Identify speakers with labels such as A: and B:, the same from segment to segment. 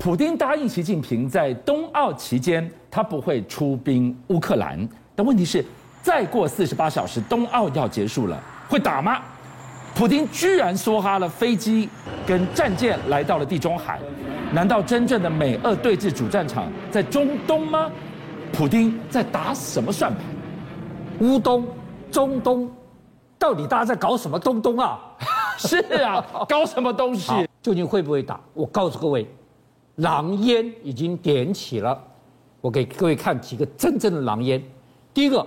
A: 普京答应习近平在冬奥期间他不会出兵乌克兰，但问题是，再过四十八小时冬奥要结束了，会打吗？普京居然梭哈了飞机跟战舰来到了地中海，难道真正的美俄对峙主战场在中东吗？普京在打什么算盘？
B: 乌东、中东，到底大家在搞什么东东啊？
A: 是啊，搞什么东西？
B: 究竟会不会打？我告诉各位，狼烟已经点起了。我给各位看几个真正的狼烟。第一个，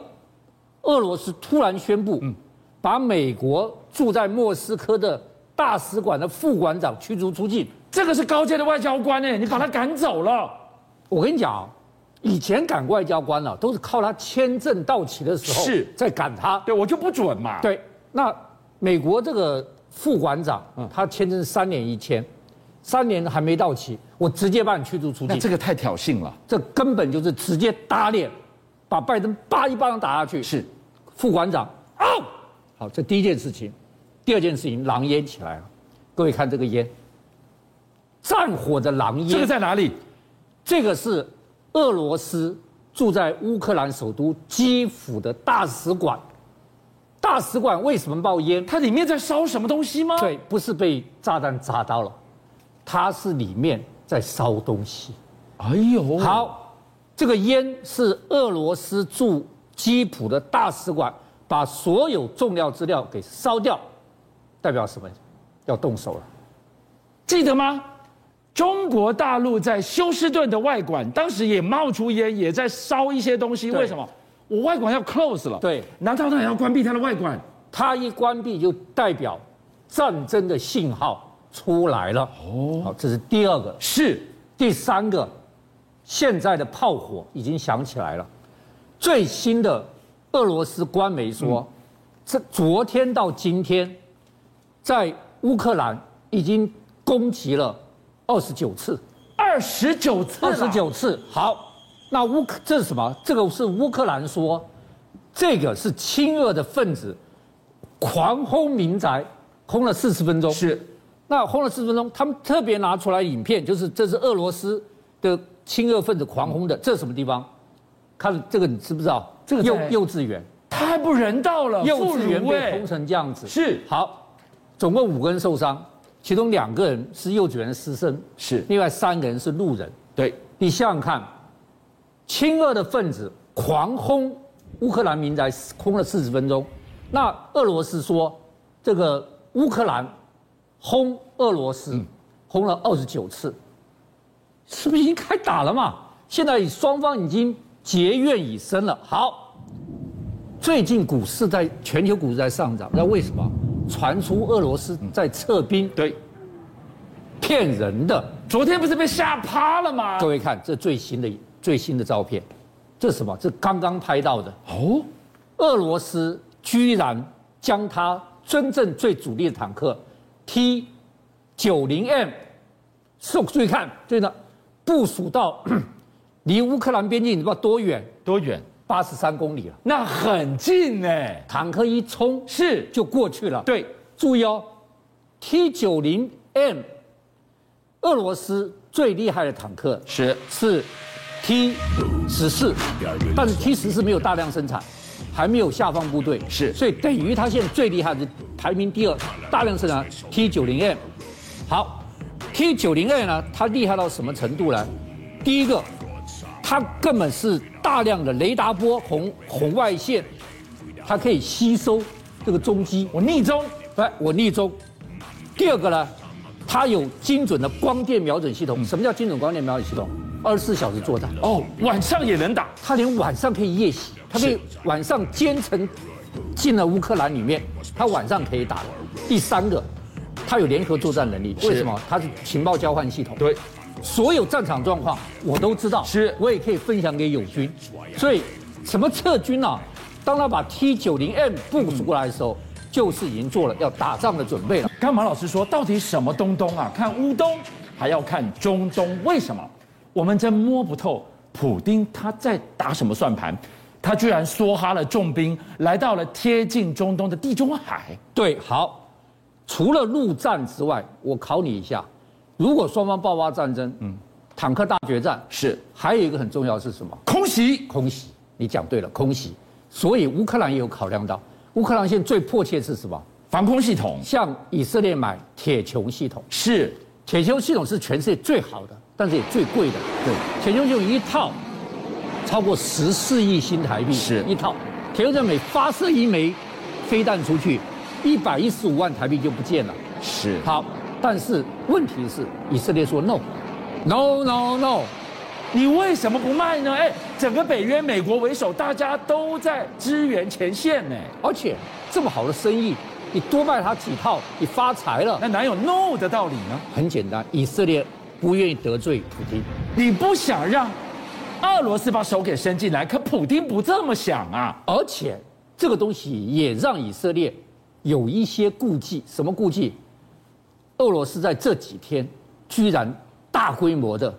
B: 俄罗斯突然宣布，把美国驻在莫斯科的大使馆的副馆长驱逐出境。
A: 这个是高阶的外交官哎，你把他赶走了。
B: 我跟你讲啊，以前赶外交官啊，都是靠他签证到期的时候
A: 是
B: 在赶他。
A: 对我就不准嘛。
B: 对，那美国这个副馆长，
A: 嗯
B: 他签证三年一签，三年还没到期，我直接把你驱逐出
A: 那
B: 境。
A: 这个太挑衅了。
B: 这根本就是直接打脸，把拜登叭一巴掌打下去。
A: 是，
B: 副馆长 out。好，这第一件事情，第二件事情，狼烟起来了。各位看这个烟，战火的狼烟。
A: 这个在哪里？
B: 这个是俄罗斯驻在乌克兰首都基辅的大使馆。大使馆为什么冒烟？
A: 它里面在烧什么东西吗？，
B: 对，不是被炸弹炸到了，它是里面在烧东西。
A: 哎
B: 嗯
A: 呦，，
B: 好，这个烟是俄罗斯驻基辅的大使馆把所有重要资料给烧掉，代表什么？要动手了。
A: 记得吗？中国大陆在休斯顿的外馆，当时也冒出烟，也在烧一些东西。
B: 对
A: 为什么？我外馆要 close 了。
B: 对，
A: 难道他也要关闭他的外馆？
B: 它一关闭就代表战争的信号出来了。哦，好，这是第二个。
A: 是，
B: 第三个，现在的炮火已经响起来了。最新的俄罗斯官媒说，这昨天到今天，在乌克兰已经攻击了二十九次，
A: 二十九次，
B: 二十，九次。好，那乌克这是什么？这个是乌克兰说，这个是亲俄的分子狂轰民宅，轰了四十分钟。
A: 是
B: 那轰了四十分钟，他们特别拿出来影片，就是这是俄罗斯的亲俄分子狂轰的，这是什么地方？看这个你知不知道？
A: 这个
B: 幼
A: 在
B: 幼稚园，
A: 太不人道了，
B: 幼
A: 妇
B: 稚园
A: 孺
B: 被
A: 哎
B: 轰，成这样子。
A: 是
B: 好，总共五个人受伤，其中两个人是幼稚园的师生，
A: 是，
B: 另外三个人是路人。
A: 对，
B: 你想想看，亲俄的分子狂轰乌克兰民宅，轰了四十分钟。那俄罗斯说，这个乌克兰轰俄罗斯，轰了二十九次，是不是已经开打了嘛？现在双方已经结怨已深了。好，最近股市在全球股市在上涨，那为什么？传出俄罗斯在撤兵，
A: 对。
B: 骗人的。
A: 昨天不是被吓趴了吗
B: 各？位看这最新的最新的照片，这是什么？这刚刚拍到的。
A: 哦，
B: 俄罗斯居然将它真正最主力的坦克 T 9 0 M，是注意看，对的，部署到 离乌克兰边境你不知道多远，
A: 多远？
B: 八十三公里了。
A: 那很近哎，
B: 坦克一冲
A: 是，
B: 就过去了。
A: 对，
B: 注意哦，T 9 0 M，俄罗斯最厉害的坦克
A: 是
B: 是 T 十四，但是 T 十四没有大量生产，还没有下放部队，
A: 是
B: 所以等于它现在最厉害的排名第二，大量生产 T 九零 M。好，T 九零 M 呢，它厉害到什么程度呢？第一个，它根本是大量的雷达波红红外线，它可以吸收这个踪迹，
A: 我逆中，
B: 来哎我逆中。第二个呢，它有精准的光电瞄准系统。什么叫精准光电瞄准系统？二十四小时作战，
A: 哦，晚上也能打，
B: 它连晚上可以夜袭，它可以晚上兼程进了乌克兰里面，它晚上可以打。第三个，它有联合作战能力，为什么？它是情报交换系统。
A: 对，
B: 所有战场状况我都知道，
A: 是
B: 我也可以分享给友军。所以什么撤军啊？当他把 T 9 0 M 部署过来的时候，就是已经做了要打仗的准备了。
A: 干嘛老师说到底什么东东啊？看乌东，还要看中东，为什么？我们真摸不透，普丁他在打什么算盘？他居然梭哈了重兵，来到了贴近中东的地中海。
B: 对，好，除了陆战之外，我考你一下，如果双方爆发战争，嗯，坦克大决战，
A: 是
B: 还有一个很重要是什么？
A: 空袭，
B: 空袭，你讲对了，空袭。所以乌克兰也有考量到，乌克兰现在最迫切是什么？
A: 防空系统
B: 向以色列买铁穹系统，
A: 是
B: 铁穹系统是全世界最好的，但是也最贵的。
A: 对，
B: 铁穹系统一套超过十四亿新台币，
A: 是
B: 一套。铁穹在每发射一枚飞弹出去，一百一十五万台币就不见了。
A: 是
B: 好，但是问题是以色列说 no，no no no，
A: 你为什么不卖呢？哎，整个北约美国为首，大家都在支援前线呢，
B: 而且这么好的生意，你多卖他几套，你发财了。
A: 那哪有 no 的道理呢？
B: 很简单，以色列不愿意得罪普京。
A: 你不想让俄罗斯把手给伸进来，可普丁不这么想啊。
B: 而且这个东西也让以色列有一些顾忌。什么顾忌？俄罗斯在这几天居然大规模的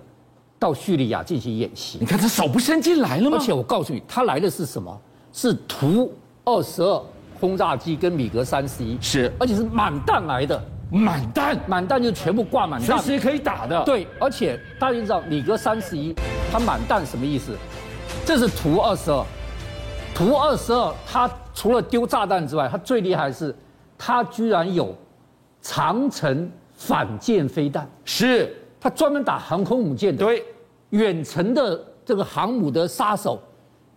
B: 到叙利亚进行演习
A: 你，看他手不伸进来了吗？
B: 而且我告诉你，他来的是什么？是图二十二轰炸机跟米格三十一，
A: 是
B: 而且是满弹来的，
A: 满弹，
B: 满弹就全部挂满
A: 随
B: 弹。
A: 时可以打的。，
B: 对，而且大家知道米格三十一，它满弹什么意思？这是图二十二，图二十二，它除了丢炸弹之外，它最厉害的是，它居然有长程反舰飞弹，
A: 是，
B: 它专门打航空母舰的，
A: 对，
B: 远程的这个航母的杀手。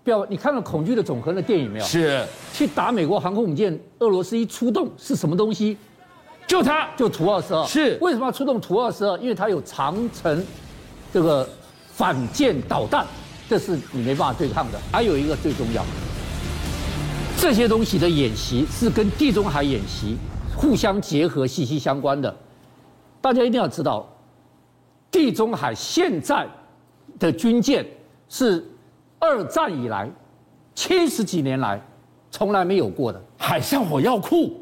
B: 不要，你看了《恐惧的总和》的电影没有？
A: 是，
B: 去打美国航空母舰，俄罗斯一出动是什么东西？
A: 就他，
B: 就图二十二
A: 是
B: 为什么要出动图二十二？因为它有长城这个反舰导弹，这是你没办法对抗的。还有一个最重要，这些东西的演习是跟地中海演习互相结合、息息相关的。大家一定要知道，地中海现在的军舰是二战以来七十几年来从来没有过的。
A: 海上火药库，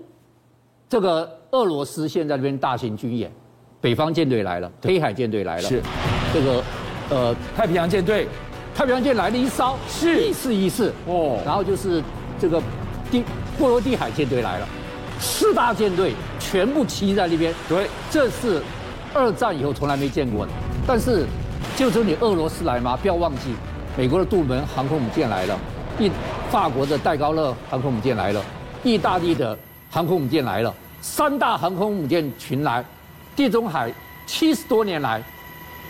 B: 这个俄罗斯现在这边大型军演，北方舰队来了，黑海舰队来了，
A: 是
B: 这个呃
A: 太平洋舰队，
B: 太平洋舰来了一艘，
A: 是
B: 一次一次
A: 哦
B: 哦，然后就是这个地波罗的海舰队来了，四大舰队全部齐在那边，
A: 对，
B: 这是二战以后从来没见过的。但是，就只有你俄罗斯来吗？不要忘记，美国的杜门航空母舰来了，意法国的戴高乐航空母舰来了，意大利的航空母舰来了，三大航空母舰群来，地中海七十多年来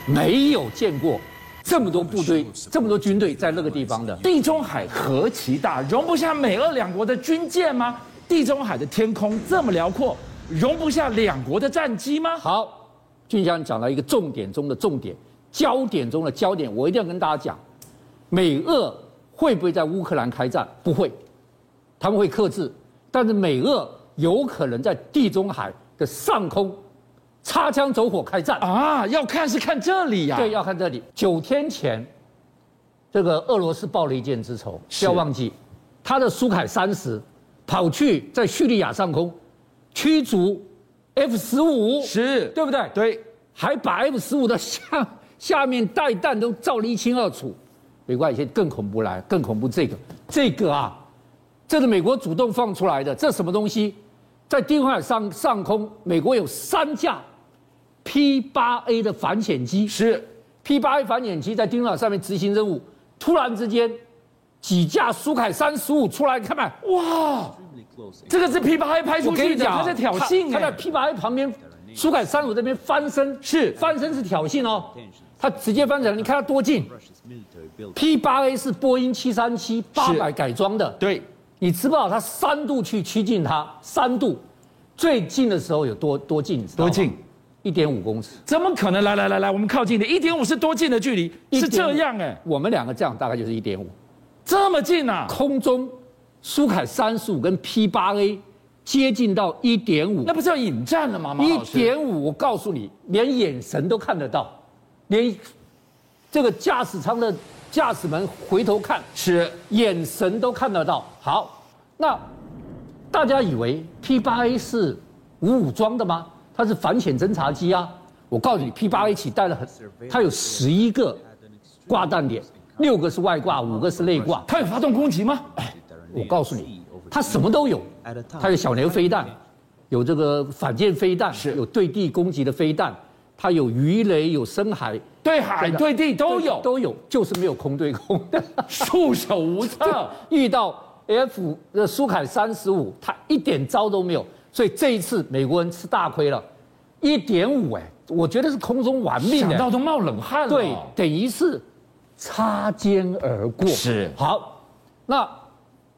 B: 没有见过这么多部队、这么多军队在那个地方的。
A: 地中海何其大，容不下美俄两国的军舰吗？地中海的天空这么辽阔，容不下两国的战机吗？
B: 好，俊祥讲到一个重点中的重点，焦点中的焦点，我一定要跟大家讲，美俄会不会在乌克兰开战？不会，他们会克制，但是美俄有可能在地中海的上空擦枪走火开战。
A: 啊，要看是看这里呀、
B: 对，要看这里。九天前，这个俄罗斯报了一箭之仇，
A: 是
B: 不要忘记，他的苏凯三十跑去在叙利亚上空驱逐 F 十五，
A: 是，
B: 对不对？
A: 对，
B: 还把 F 十五的下下面带弹都照得一清二楚。美国现在更恐怖来，更恐怖这个这个啊，这是美国主动放出来的，这什么东西？在地中海上上空，美国有三架 P 八 A 的反潜机
A: 是，
B: ，P 八 A 反潜机在地中海上面执行任务，突然之间，几架苏凯三十五出来，看看
A: 哇，这个是 P 八 A 拍
B: 我
A: 出
B: 跟
A: 去
B: 你
A: 的，
B: 讲，
A: 他在挑衅
B: 他他在
A: 哎，
B: P 八 A 旁边，苏凯三五这边翻身，
A: 是
B: 翻身是挑衅哦，他直接翻起来，你看他多近，P 八 A 是波音七三七八百改装的，
A: 对，
B: 你知不知道他三度去趋近它，三度，最近的时候有多多近？
A: 多近？
B: 一点五公尺，
A: 怎么可能？来来来来，我们靠近一点，一点五是多近的距离？是这样哎，
B: 我们两个这样大概就是一点五。
A: 这么近啊？
B: 空中，苏凯三十五跟 P 八 A 接近到一点五
A: 那，不是要引战了吗？马
B: 一
A: 老师，
B: 点五，我告诉你，连眼神都看得到，连这个驾驶舱的驾驶门回头看，
A: 是
B: 眼神都看得到。好，那大家以为 P 八 A 是无武装的吗？它是反潜侦察机啊！我告诉你，P 八 A 起带了很，它有十一个挂弹点，六个是外挂，五个是内挂。
A: 他有发动攻击吗？
B: 哎我告诉你，它什么都有，它有小牛飞弹，有这个反舰飞弹，有对地攻击的飞弹，它有鱼雷，有深海
A: 对海
B: 真的
A: 对地都有，
B: 都有，就是没有空对空 的。
A: 束手无策。
B: 遇到 F 的苏凯三十五，他一点招都没有，所以这一次美国人吃大亏了，一点五哎，我觉得是空中玩命哎
A: 想
B: 的，
A: 到都冒冷汗了。
B: 对，等于是擦肩而过。
A: 是
B: 好，那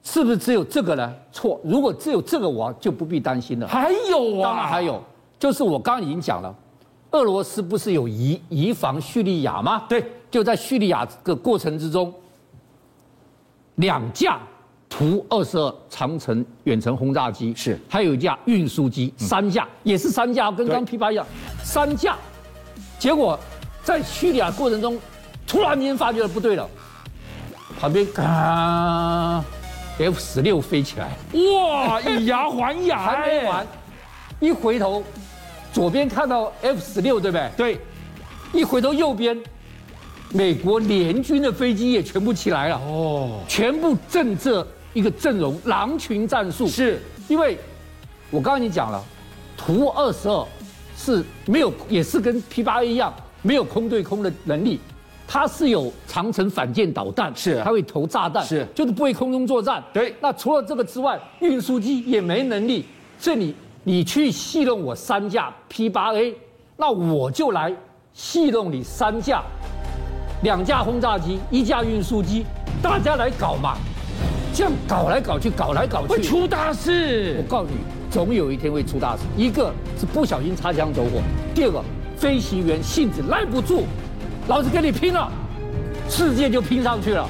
B: 是不是只有这个呢？错，如果只有这个，我就不必担心了。
A: 还有啊，
B: 当然还有，就是我刚刚已经讲了，俄罗斯不是有移移防叙利亚吗？
A: 对，
B: 就在叙利亚这个过程之中，两架图二十二长城远程轰炸机
A: 是嗯
B: 还有一架运输机，三架也是三架，跟刚刚
A: 对
B: 批发一样，三架。结果在叙利亚过程中，突然间发觉不对了，旁边啊 F 十六飞起来。
A: 哇，以牙还牙，
B: 还没完
A: 哎，，
B: 一回头，左边看到 F 十六，对不对？
A: 对，
B: 一回头右边，美国联军的飞机也全部起来了，
A: 哦，
B: 全部震这一个阵容，狼群战术。
A: 是
B: 因为我刚刚已经讲了，图二十二是没有，也是跟 P 八 A 一样没有空对空的能力，它是有长城反舰导弹，
A: 是啊
B: 它会投炸弹，
A: 是
B: 就是不会空中作战。
A: 对
B: 那除了这个之外，运输机也没能力，所以你你去戏弄我三架 P 八 A，那我就来戏弄你三架，两架轰炸机，一架运输机，大家来搞嘛。这样搞来搞去，搞来搞去，
A: 会出大事
B: 我。告诉你，总有一天会出大事。一个是不小心擦枪走火，第二个飞行员性子耐不住，老子跟你拼了，世界就拼上去了。